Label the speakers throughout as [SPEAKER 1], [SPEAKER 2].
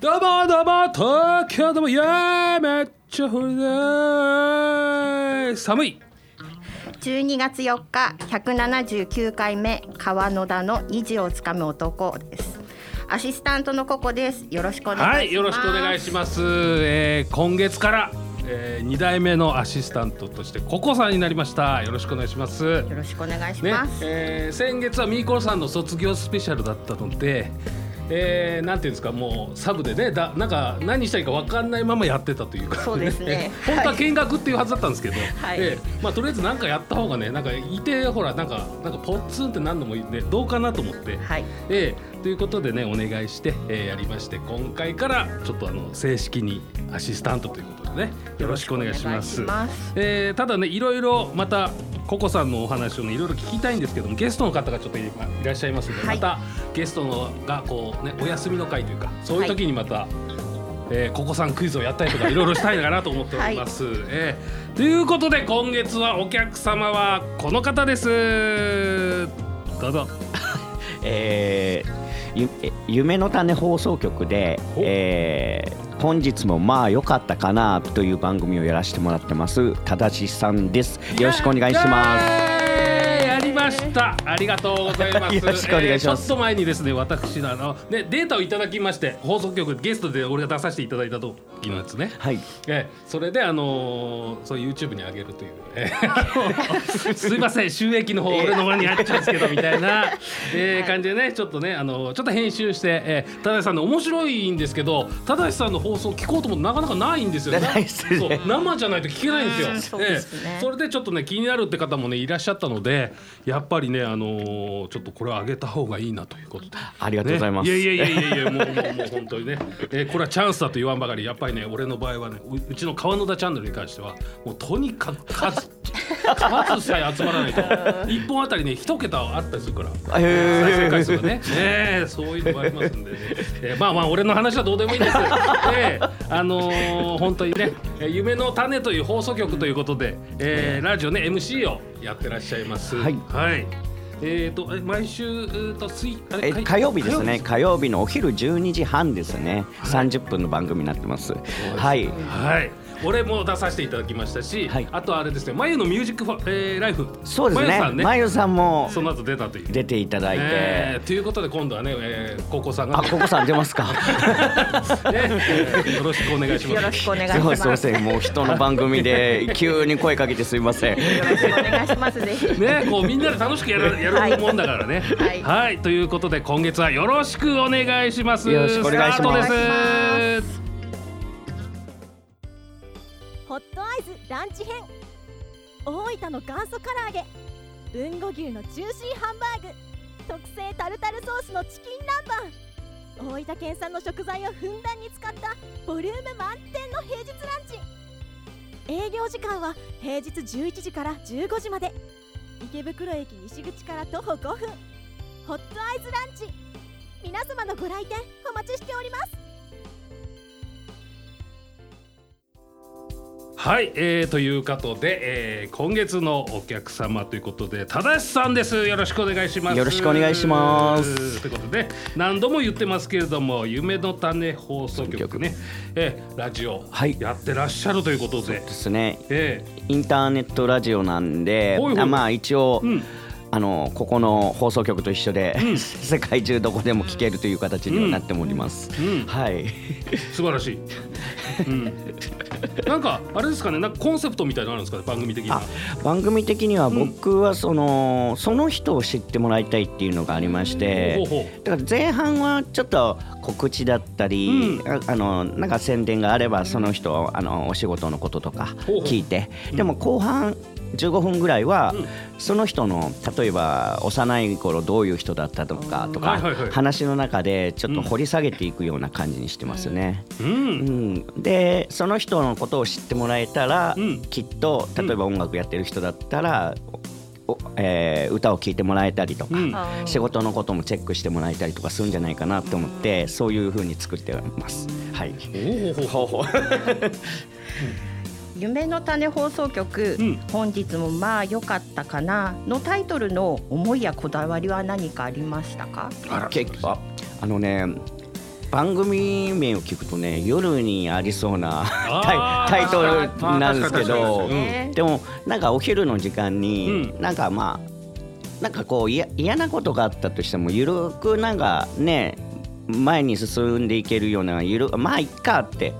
[SPEAKER 1] どうもどうも東京でもいやーめっちゃ古い寒い
[SPEAKER 2] 12月4日179回目川野田の虹をつかむ男ですアシスタントのココですよろしくお願いします
[SPEAKER 1] はいよろしくお願いします、えー、今月から、えー、2代目のアシスタントとしてココさんになりましたよろしくお願いします
[SPEAKER 2] よろしくお願いし
[SPEAKER 1] ね
[SPEAKER 2] ます、
[SPEAKER 1] えー先月はミーコロさんの卒業スペシャルだったので、えー、なんていうんですかもうサブでねだなんか何したいか分かんないままやってたというか、
[SPEAKER 2] そうです ね
[SPEAKER 1] 本当は見学っていうはずだったんですけど、
[SPEAKER 2] はい
[SPEAKER 1] えーまあ、とりあえずなんかやった方がねなんかいてほらなんかなんかポッツンってなんのもいいんでどうかなと思って。
[SPEAKER 2] はい
[SPEAKER 1] えーということでねお願いして、えーやりまして今回からちょっとあの正式にアシスタントということでねよろしくお願いします
[SPEAKER 2] お。願いします
[SPEAKER 1] えーただねいろいろまたココさんのお話をねいろいろ聞きたいんですけどもゲストの方がちょっと今いらっしゃいますので、
[SPEAKER 2] はい
[SPEAKER 1] またゲストのがこうねお休みの会というかそういう時にまた、えーココさんクイズをやったりとかいろいろしたいのかなと思っております。えーということで今月はお客様はこの方です。どうぞ。
[SPEAKER 3] えーゆえ夢の種放送局で、
[SPEAKER 1] お
[SPEAKER 3] えー本日もまあ良かったかなという番組をやらせてもらってますただしさんですよろしくお願いします
[SPEAKER 1] イエーイやりました。ありがとうございます。
[SPEAKER 3] よろしくお願いします
[SPEAKER 1] えーちょっと前にですね、私のあのねデータをいただきまして、放送局ゲストで俺が出させていただいた時のやつね。
[SPEAKER 3] はい
[SPEAKER 1] ええそれであのー、そう YouTube に上げるという、ええあ のすいません収益の方俺の前にやっちゃうんですけどみたいな、ええ感じでねちょっとねあのちょっと編集して、ええ、ただしさんの面白いんですけどただしさんの放送聞こうともなかなかないんですよ
[SPEAKER 3] ないですね
[SPEAKER 1] そう生じゃないと聞けないんですよ、
[SPEAKER 2] うんそうですね
[SPEAKER 1] ええそれでちょっとね気になるって方もねいらっしゃったのでやっぱりねあのーちょっとこれは上げた方がいいなということで
[SPEAKER 3] ありがとうございます、
[SPEAKER 1] ね、いやいやいやいやいやもうもうもう本当にね、えーこれはチャンスだと言わんばかりやっぱりね俺の場合はねううちの川野田チャンネルに関してはもうとにかく数数さえ集まら ないと1本あたりね一桁あったりするから。
[SPEAKER 3] えー
[SPEAKER 1] 再生回数がね、ねえそういうのがありますんで、ねえーまあまあ俺の話はどうでもいいんです、えーあのー本当にね「えー夢の種」という放送局ということで、えーラジオね MC をやってらっしゃいます。
[SPEAKER 3] はい
[SPEAKER 1] えー、とえ毎週、えー、と水あれ
[SPEAKER 3] え
[SPEAKER 1] 火
[SPEAKER 3] 火曜日ですね火曜日のお昼12時半ですね30分の番組になってますはい
[SPEAKER 1] はい。俺も出させていただきましたし、
[SPEAKER 3] はい
[SPEAKER 1] あとあれですね、まゆのミュージックファ、えーライフ。
[SPEAKER 3] そうです
[SPEAKER 1] ま
[SPEAKER 3] ね
[SPEAKER 1] ゆ
[SPEAKER 3] ま
[SPEAKER 1] さ
[SPEAKER 3] ゆ、
[SPEAKER 1] んね。
[SPEAKER 3] さんも
[SPEAKER 1] その後出たという。
[SPEAKER 3] 出ていただいて、
[SPEAKER 1] えーということで今度はね、えー、高校さんが
[SPEAKER 3] あ
[SPEAKER 1] ね、
[SPEAKER 3] ここさん出ますか
[SPEAKER 1] ねえーよろしくお願いします。
[SPEAKER 2] よろしくお願いし
[SPEAKER 3] すご
[SPEAKER 2] ま
[SPEAKER 3] い
[SPEAKER 2] す
[SPEAKER 3] すいませんもう人の番組で急に声かけてすいません
[SPEAKER 2] よろしくお願いしますぜひ
[SPEAKER 1] ね、こうみんなで楽しくやるやるもんだからね。は、
[SPEAKER 2] はいい
[SPEAKER 1] ということで今月はよろしくお願いします。
[SPEAKER 3] よろしくお願いします
[SPEAKER 1] スタートです。
[SPEAKER 4] ホットアイズランチ編大分の元祖唐揚げ豊後牛のジューシーハンバーグ特製タルタルソースのチキン南蛮大分県産の食材をふんだんに使ったボリューム満点の平日ランチ営業時間は平日11時から15時まで池袋駅西口から徒歩5分ホットアイズランチ皆様のご来店お待ちしております
[SPEAKER 1] はい、えー、ということで、えー、今月のお客様ということで、ただしさんです。よろしくお願いします。
[SPEAKER 3] よろしくお願いします
[SPEAKER 1] ということで、何度も言ってますけれども、夢の種放送局ね、えー、ラジオ
[SPEAKER 3] はい
[SPEAKER 1] やってらっしゃるということで、
[SPEAKER 3] ですね
[SPEAKER 1] え
[SPEAKER 3] インターネットラジオなんで
[SPEAKER 1] ほいほい
[SPEAKER 3] あまあ一応、
[SPEAKER 1] うん
[SPEAKER 3] あのここの放送局と一緒で、 世界中どこでも聞けるという形にはなっております、
[SPEAKER 1] うん
[SPEAKER 3] はい
[SPEAKER 1] ー、素晴らし い。うん、なんかあれですかね、なんかコンセプトみたいなのあるんですかね、番組的な
[SPEAKER 3] あ。番組的には僕はその、その人を知ってもらいたいっていうのがありまして、
[SPEAKER 1] ほうほうほ
[SPEAKER 3] だから前半はちょっと告知だったり、ああのなんか宣伝があればその人あのお仕事のこととか
[SPEAKER 1] ほうほう
[SPEAKER 3] 聞いてでも後半15分ぐらいは、
[SPEAKER 1] うん
[SPEAKER 3] その人の例えば幼い頃どういう人だったとかとか、
[SPEAKER 1] はいはいはい
[SPEAKER 3] 話の中でちょっと掘り下げていくような感じにしてますよね。
[SPEAKER 1] ううん
[SPEAKER 3] うん、でその人のことを知ってもらえたら、
[SPEAKER 1] うん
[SPEAKER 3] きっと例えば音楽やってる人だったら、おえー歌を聴いてもらえたりと か、
[SPEAKER 1] うん
[SPEAKER 2] あー
[SPEAKER 3] 仕事のこともチェックしてもらえたりとかするんじゃないかなと思ってそういう風に作ってます。はい。
[SPEAKER 1] ほうほう
[SPEAKER 2] 夢の種放送局、
[SPEAKER 1] うん
[SPEAKER 2] 本日もまあ良かったかなのタイトルの思いやこだわりは何かありましたか
[SPEAKER 3] 結構ああのね番組名を聞くとね夜にありそうな
[SPEAKER 1] あー
[SPEAKER 3] タイタイトルなんですけ
[SPEAKER 1] まあ
[SPEAKER 3] ど
[SPEAKER 1] 確かに確かに
[SPEAKER 2] ね
[SPEAKER 3] でもなんかお昼の時間に、
[SPEAKER 1] う
[SPEAKER 3] なんかまあなんかこういや嫌なことがあったとしてもゆるくなんかね前に進んでいけるようなゆるまあいっかって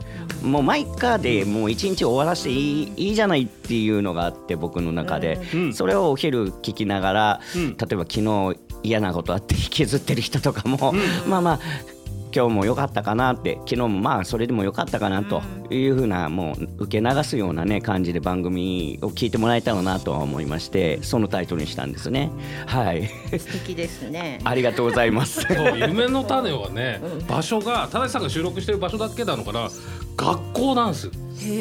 [SPEAKER 3] もうまあいっかでもう一日終わらせていいいいじゃないっていうのがあって僕の中で、
[SPEAKER 1] うん
[SPEAKER 3] それをお昼聞きながら、
[SPEAKER 1] うん
[SPEAKER 3] 例えば昨日嫌なことあって引きずってる人とかも、まあまあ今日も良かったかなって昨日もまあそれでも良かったかなというふうなもう受け流すようなね感じで番組を聞いてもらえたらなとは思いましてそのタイトルにしたんですねはい
[SPEAKER 2] 素敵ですね。
[SPEAKER 3] ありがとうございます
[SPEAKER 1] そう夢の種はね場所が正さんが収録してる場所だけなのかな学校なんです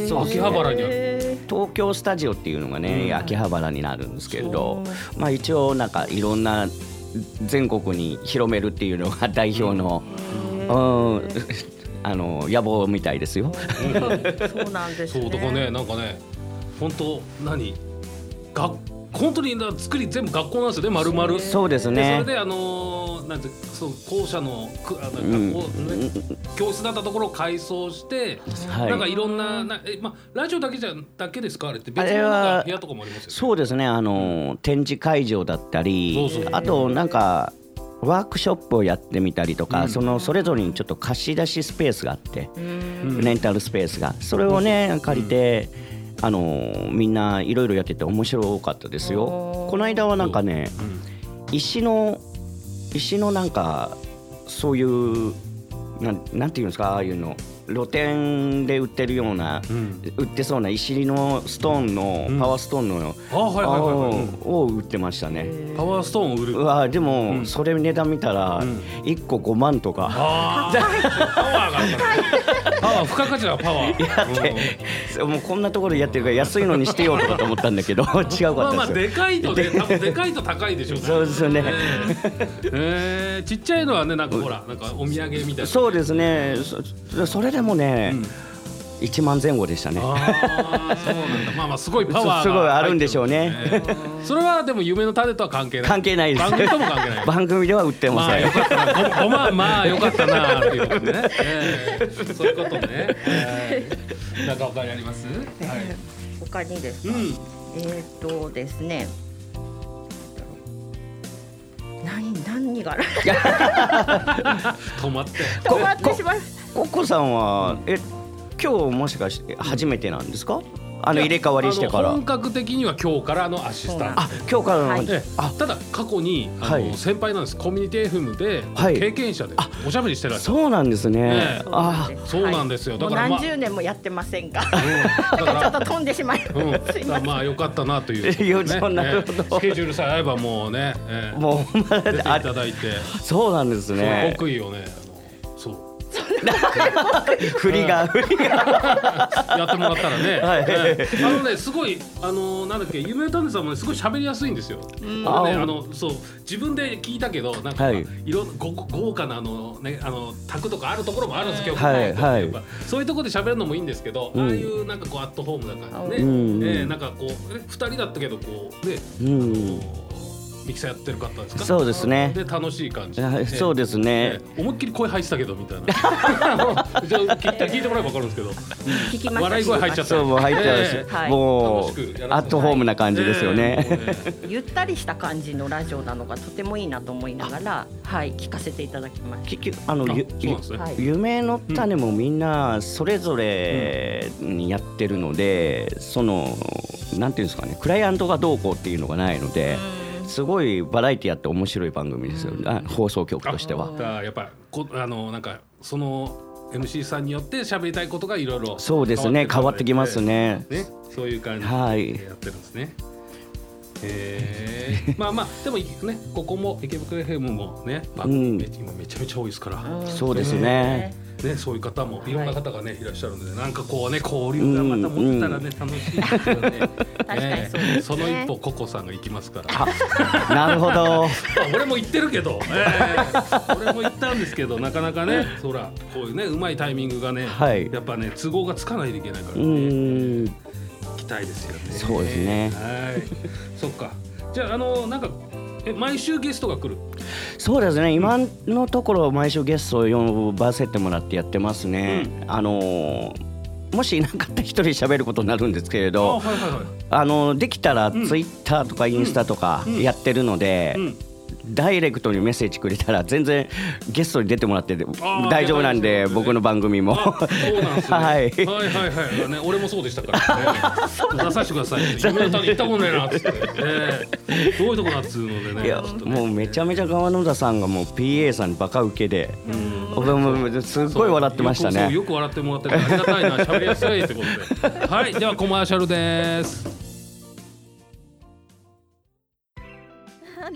[SPEAKER 3] そう
[SPEAKER 1] 秋葉原にある
[SPEAKER 2] る。
[SPEAKER 3] 東京スタジオっていうのがね、
[SPEAKER 1] うん
[SPEAKER 3] 秋葉原になるんですけれど、まあ、一応なんかいろんな全国に広めるっていうのが代表の、うんあの野望みたいですよ。
[SPEAKER 2] そうなんです
[SPEAKER 1] そ
[SPEAKER 2] ね。
[SPEAKER 1] うとかねなんかね本当何学本当にだから作り全部学校なんですよね丸々で
[SPEAKER 3] そうです
[SPEAKER 1] そ
[SPEAKER 3] ね
[SPEAKER 1] れであのーなんてそう校舎のくあの
[SPEAKER 3] ん
[SPEAKER 1] 学校ね教室だったところを改装して
[SPEAKER 3] はい
[SPEAKER 1] なんかいろんななえまラジオだけじゃだけですかあれって別
[SPEAKER 3] あ
[SPEAKER 1] に
[SPEAKER 3] れは
[SPEAKER 1] なんか部屋とかもありますよね
[SPEAKER 3] そうですねあの展示会場だったり
[SPEAKER 1] そうそう
[SPEAKER 3] あとなんかワークショップをやってみたりとか、そのそれぞれにちょっと貸し出しスペースがあって、
[SPEAKER 1] うん
[SPEAKER 3] レンタルスペースがそれをね借りて、あのみんないろいろやってて面白かったですよ
[SPEAKER 2] おー。
[SPEAKER 3] この間はなんかね
[SPEAKER 1] うん
[SPEAKER 3] 石の石のなんかそういうなんなんていうんですかああいうの露店で売ってるような、
[SPEAKER 1] うん
[SPEAKER 3] 売ってそうな石のストーンの、
[SPEAKER 1] うん
[SPEAKER 3] パワーストーンの、
[SPEAKER 1] あはいはいはいはい
[SPEAKER 3] あーを売ってましたね。
[SPEAKER 1] うんパワーストーンを売る
[SPEAKER 3] うわーでも、
[SPEAKER 1] ん
[SPEAKER 3] それ値段見たら
[SPEAKER 1] ん
[SPEAKER 3] 1個5万とか、
[SPEAKER 1] あーパワーがあったねパワー付加価値だパワーうん
[SPEAKER 3] もうこんなところでやってるから安いのにしてよとかと思ったんだけど違うかったですよ。
[SPEAKER 1] まあまあでかいとね多分でかいと高いでしょうね
[SPEAKER 3] そうですよね
[SPEAKER 1] ええーちっちゃいのはねなんかほらなんかお土産みたいな
[SPEAKER 3] そうですねそそれでもね、1万前後でしたね。
[SPEAKER 1] ああそうなんだまあまあすごいパワーが
[SPEAKER 3] すすごいあるんでしょうね
[SPEAKER 1] 入ってるねそれはでも夢の種とは関係ない
[SPEAKER 3] 関係ないです
[SPEAKER 1] 番組とも関係ない
[SPEAKER 3] 番組では売ってま
[SPEAKER 1] まあ
[SPEAKER 3] せん
[SPEAKER 1] よ。かったなごまあまあよかったなっていうことね、えーそういうことね、えー、なんか他にありますはい
[SPEAKER 2] 他にです
[SPEAKER 1] う
[SPEAKER 2] か。
[SPEAKER 1] ん
[SPEAKER 2] えっとですね。何何が
[SPEAKER 1] 止まって
[SPEAKER 2] 止まってしまう。
[SPEAKER 3] コッコさんはえ今日もしかして初めてなんですか？あの入れ替わりしてか
[SPEAKER 1] あ
[SPEAKER 3] ら。
[SPEAKER 1] の本格的には今日からのアシスタント
[SPEAKER 3] あ今日からの、
[SPEAKER 2] はい
[SPEAKER 1] ええ
[SPEAKER 3] あ
[SPEAKER 1] ただ過去にあの、
[SPEAKER 3] はい
[SPEAKER 1] 先輩なんですコミュニティ FM で、
[SPEAKER 3] はい
[SPEAKER 1] 経験者でおしゃべりしてらっしゃる
[SPEAKER 3] そうなんですね。
[SPEAKER 1] ええ
[SPEAKER 3] あ
[SPEAKER 1] そうなんですよ
[SPEAKER 2] はい
[SPEAKER 1] だから
[SPEAKER 2] も
[SPEAKER 1] ま
[SPEAKER 2] う
[SPEAKER 1] あ
[SPEAKER 2] 何十年もやってませんが、
[SPEAKER 1] うんだか
[SPEAKER 2] ちょ っと
[SPEAKER 1] ら
[SPEAKER 2] 飛んでしまい。
[SPEAKER 1] うん、だ
[SPEAKER 2] すい
[SPEAKER 1] か
[SPEAKER 2] ま
[SPEAKER 1] ら
[SPEAKER 2] せん。
[SPEAKER 1] まあ良かったなという、
[SPEAKER 3] いやそんな
[SPEAKER 1] ええ
[SPEAKER 3] こと
[SPEAKER 1] スケジュールさえ合えばもうね、ええ
[SPEAKER 3] もうま
[SPEAKER 1] 出てい
[SPEAKER 3] だあ
[SPEAKER 1] ただいて、
[SPEAKER 3] そうなんです
[SPEAKER 1] その
[SPEAKER 3] ね。
[SPEAKER 1] 極意をねあのそう
[SPEAKER 3] 振りが振りが
[SPEAKER 1] やってもらったらね、
[SPEAKER 3] はい
[SPEAKER 1] ええあのねすごいあのなんだっけ夢の種さんもねすごい喋りやすいんですよ。
[SPEAKER 3] あ
[SPEAKER 1] ね、あのそう自分で聞いたけどなんか、
[SPEAKER 3] はい
[SPEAKER 1] い、ろんご豪華なあのねあの宅とかあるところもあるんですけど、
[SPEAKER 3] は
[SPEAKER 1] 京都
[SPEAKER 3] い
[SPEAKER 1] って
[SPEAKER 3] はい
[SPEAKER 1] やっぱそういうところで喋るのもいいんですけど、
[SPEAKER 3] うん
[SPEAKER 1] ああいうなんかこうアットホームな感じね、
[SPEAKER 3] うん
[SPEAKER 1] ねなんかこうえ二人だったけどこうね、
[SPEAKER 3] うん
[SPEAKER 1] あのミキサーやってる方ですか。
[SPEAKER 3] そうですね
[SPEAKER 1] で楽しい感じ。
[SPEAKER 3] あそう
[SPEAKER 1] で
[SPEAKER 3] ですね。
[SPEAKER 1] 思いっきり声入ってたけどみたいな じゃあ聞いて聞いてもらえば分かるんですけど
[SPEAKER 2] 聞きました。
[SPEAKER 1] 笑い声入っちゃった
[SPEAKER 3] そうもう入ってたし、
[SPEAKER 1] ええ
[SPEAKER 2] はい
[SPEAKER 3] も
[SPEAKER 1] 楽しくやらせて
[SPEAKER 3] うアットホームな感じですよね。
[SPEAKER 1] ええもうね
[SPEAKER 2] ゆったりした感じのラジオなのがとてもいいなと思いながら、はい、聞かせていただきまし
[SPEAKER 3] 結局あの
[SPEAKER 1] あ
[SPEAKER 3] ゆ
[SPEAKER 1] そうなんですね
[SPEAKER 2] はい
[SPEAKER 3] 夢の種もみんなそれぞれにやってるので、そのなんていうんですかねクライアントがどうこうっていうのがないので、すごいバラエティやって面白い番組ですよ、あ放送局としては。
[SPEAKER 1] だからやっぱこあのなんかその MC さんによって喋りたいことがいろいろ
[SPEAKER 3] そうですね変わってきますね。
[SPEAKER 1] ねそういう感じ
[SPEAKER 3] はい
[SPEAKER 1] でやってるんですね、えー まあまあでもねここも池袋 FM もね、まあ
[SPEAKER 3] う
[SPEAKER 1] 今
[SPEAKER 3] ん
[SPEAKER 1] めちゃめちゃ多いですから、
[SPEAKER 2] た。
[SPEAKER 3] そうですね。
[SPEAKER 1] ねそういう方もいろんな方がね、い、らっしゃるのでなんかこうね交流がまた持ったらね、楽しいですよ ね
[SPEAKER 2] かにそうですね
[SPEAKER 1] その一歩ココさんが行きますから
[SPEAKER 3] あ なるほど。
[SPEAKER 1] まあ俺も言ってるけど、 ええ俺も言ったんですけどなかなかねそらこういうねうまいタイミングがね、
[SPEAKER 3] はい
[SPEAKER 1] やっぱね都合がつかないといけないから、ね
[SPEAKER 3] うーん
[SPEAKER 1] 期待ですよね
[SPEAKER 3] そうですね
[SPEAKER 1] はいそっかじゃああのなんかえ毎週ゲストが来る
[SPEAKER 3] そうですね今のところ毎週ゲストを呼ばせてもらってやってますね、あのーもしいなかったら一人喋ることになるんですけれ
[SPEAKER 1] あ
[SPEAKER 3] ど
[SPEAKER 1] はいはいはい
[SPEAKER 3] あのーできたら
[SPEAKER 1] ん
[SPEAKER 3] ツイッターとかインスタとか
[SPEAKER 1] うん
[SPEAKER 3] やってるので、
[SPEAKER 1] うん
[SPEAKER 3] ダイレクトにメッセージくれたら全然ゲストに出てもらって
[SPEAKER 1] ー
[SPEAKER 3] 大丈夫なん
[SPEAKER 1] 大丈夫で
[SPEAKER 3] です
[SPEAKER 1] ね
[SPEAKER 3] 僕の番組も
[SPEAKER 1] あそうなんですね。
[SPEAKER 3] はい
[SPEAKER 1] はいはいはいはいね、俺もそうでした から、ね。出させてくださいって。夢の谷行ったことないなっつって、ええどういうとこだっつうのでね。
[SPEAKER 3] いや
[SPEAKER 1] ちょっとね
[SPEAKER 3] もうめちゃめちゃ川野田さんがもう PA さんにバカウケで
[SPEAKER 1] うん
[SPEAKER 3] 僕もすっごい笑ってました
[SPEAKER 1] そう
[SPEAKER 3] ね
[SPEAKER 1] よく笑ってもらってるからありがたいな、喋りやすいってことで。はい、ではコマーシャルです。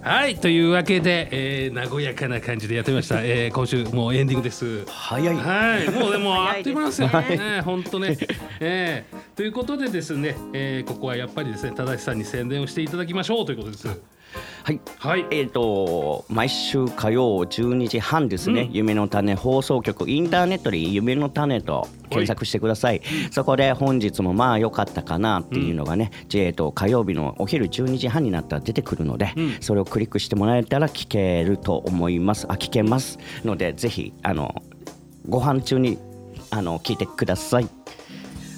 [SPEAKER 1] はい、というわけで、えー、和やかな感じでやってみました。えー、今週もうエンディングです。
[SPEAKER 3] 早い
[SPEAKER 1] はい、もうでもあっという間なんですよ
[SPEAKER 2] 早いです
[SPEAKER 1] ね。本当ね。えーということでですね、えーここはやっぱりですね、正さんに宣伝をしていただきましょうということです。
[SPEAKER 3] はい
[SPEAKER 1] はい。
[SPEAKER 3] えー、と毎週火曜12時半ですね、
[SPEAKER 1] うん
[SPEAKER 3] 夢の種放送局インターネットで「夢の種」と検索してください、そこで本日もまあ良かったかなっていうのがね、えー、と火曜日のお昼12時半になったら出てくるので、
[SPEAKER 1] うん
[SPEAKER 3] それをクリックしてもらえたら聞けると思いますあ聞けますのでぜひあのご飯中にあの聞いてください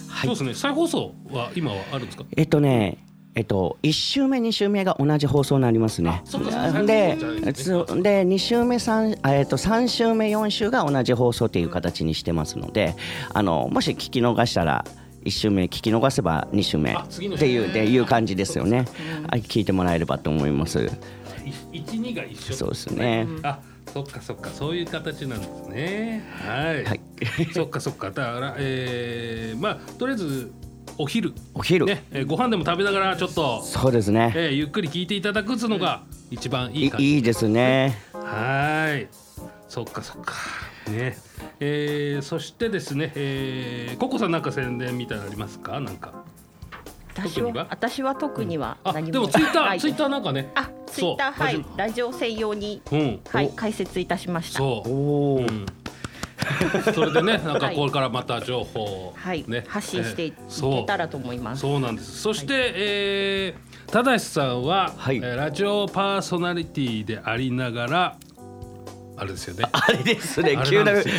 [SPEAKER 3] はい
[SPEAKER 1] そうですね。再放送は今はあるんですか。
[SPEAKER 3] えっとね、えっと、1週目、2週目が同じ放送になりますね。
[SPEAKER 1] そっかそっか
[SPEAKER 3] で
[SPEAKER 1] 三週目じゃないですね
[SPEAKER 3] そうで2週目、3, あえっと、3週目、4週が同じ放送という形にしてますので、あのもし聞き逃したら、1週目聞き逃せば2週目
[SPEAKER 1] あ次の
[SPEAKER 3] っていう
[SPEAKER 1] 週
[SPEAKER 3] っていう感じですよね、はい、聞いてもらえればと思います。
[SPEAKER 1] い一二が一緒。
[SPEAKER 3] そうですね、
[SPEAKER 1] あ、そっかそっか、そういう形なんですね。はい。
[SPEAKER 3] はい、
[SPEAKER 1] そっかそっか、だから、えー、まあ、とりあえず、お昼。
[SPEAKER 3] お昼、
[SPEAKER 1] ね、えーご飯でも食べながら、ちょっと、
[SPEAKER 3] そうですね、
[SPEAKER 1] えーゆっくり聞いていただくっつうのが、一番い
[SPEAKER 3] い
[SPEAKER 1] い感じ。
[SPEAKER 3] いいですね。
[SPEAKER 1] はーい。そっかそっか。ね。えー、そしてですね、えー、ココさんなんか宣伝みたいなのありますか、なんか。
[SPEAKER 2] 私
[SPEAKER 1] 特には
[SPEAKER 2] は私は特には
[SPEAKER 1] あ、
[SPEAKER 2] 何
[SPEAKER 1] で
[SPEAKER 2] も
[SPEAKER 1] もツイッタ
[SPEAKER 2] な
[SPEAKER 1] ー、
[SPEAKER 2] い
[SPEAKER 1] ツイッターなんかね。
[SPEAKER 2] あツイッター
[SPEAKER 1] そう
[SPEAKER 2] は
[SPEAKER 1] 大
[SPEAKER 2] い
[SPEAKER 1] 丈
[SPEAKER 2] ラジオ専用に
[SPEAKER 1] うん。
[SPEAKER 2] はい解説いたしました。
[SPEAKER 1] そう。
[SPEAKER 3] おー
[SPEAKER 1] うんそれでね、 なんかこれからまた情報を、
[SPEAKER 2] はい、
[SPEAKER 1] ね、
[SPEAKER 2] 発信してい
[SPEAKER 1] えー
[SPEAKER 2] けたらと思います。
[SPEAKER 1] そうそうなんです。そして、えー、ただしさんは、
[SPEAKER 3] はい
[SPEAKER 1] えーラジオパーソナリティでありながら、あれですよね。
[SPEAKER 3] あれですね
[SPEAKER 1] あ、れ
[SPEAKER 3] 急
[SPEAKER 1] なんで
[SPEAKER 3] な
[SPEAKER 1] すよ、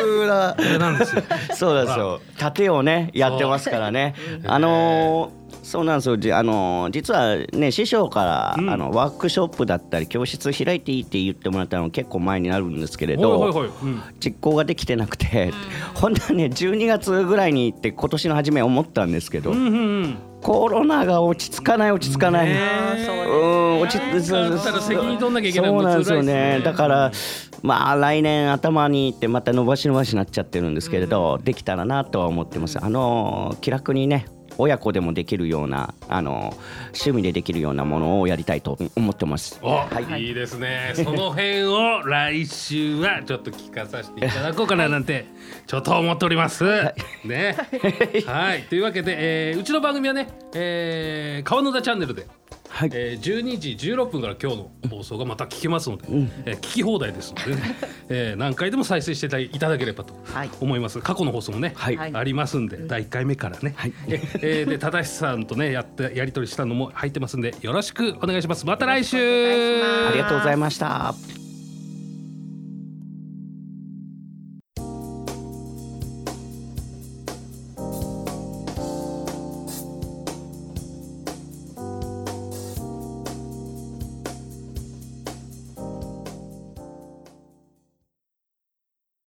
[SPEAKER 3] 急な
[SPEAKER 1] あ。れなんですよ。
[SPEAKER 3] そうなんですよ。盾をねやってますからね。あのーそうなんですよ。じあのー実はね師匠から、
[SPEAKER 1] うん
[SPEAKER 3] あのワークショップだったり教室開いていいって言ってもらったの結構前になるんですけれど。
[SPEAKER 1] ほいほいほい。うん
[SPEAKER 3] 実行ができてなくて、本当はね12月ぐらいに行って今年の初め思ったんですけど、
[SPEAKER 1] うんうん
[SPEAKER 3] コロナが落ち着かない落ち着かない、
[SPEAKER 1] ね
[SPEAKER 2] あーそう
[SPEAKER 3] う
[SPEAKER 2] です
[SPEAKER 3] ん落ち
[SPEAKER 1] うん。だ
[SPEAKER 3] 着
[SPEAKER 1] ったら責任取んなきゃいけない
[SPEAKER 3] そうなん
[SPEAKER 1] も
[SPEAKER 3] ですよ
[SPEAKER 1] 辛いっ
[SPEAKER 3] ねだからまあ来年頭にってまた伸ばし伸ばしになっちゃってるんですけれど、できたらなとは思ってますあの気楽にね親子でもできるようなあの趣味でできるようなものをやりたいと思ってます
[SPEAKER 1] お、い、いですね。その辺を来週はちょっと聞かさせていただこうかななんてちょっと思っております。ね。はい。というわけで、えーうちの番組はね、えー、川野田チャンネルで、
[SPEAKER 3] はい、
[SPEAKER 1] えー、12時16分から今日の放送がまた聞けますので、えー聞き放題ですので、 ねえー何回でも再生していただいただければと
[SPEAKER 2] はい
[SPEAKER 1] 思います。過去の放送もね、
[SPEAKER 3] はい
[SPEAKER 2] はい
[SPEAKER 1] ありますんで、第1回目からね。ええーで正さんとねやってやり取りしたのも入ってますんでよろしくお願いします。また来週。
[SPEAKER 2] お願いします
[SPEAKER 3] ありがとうございました。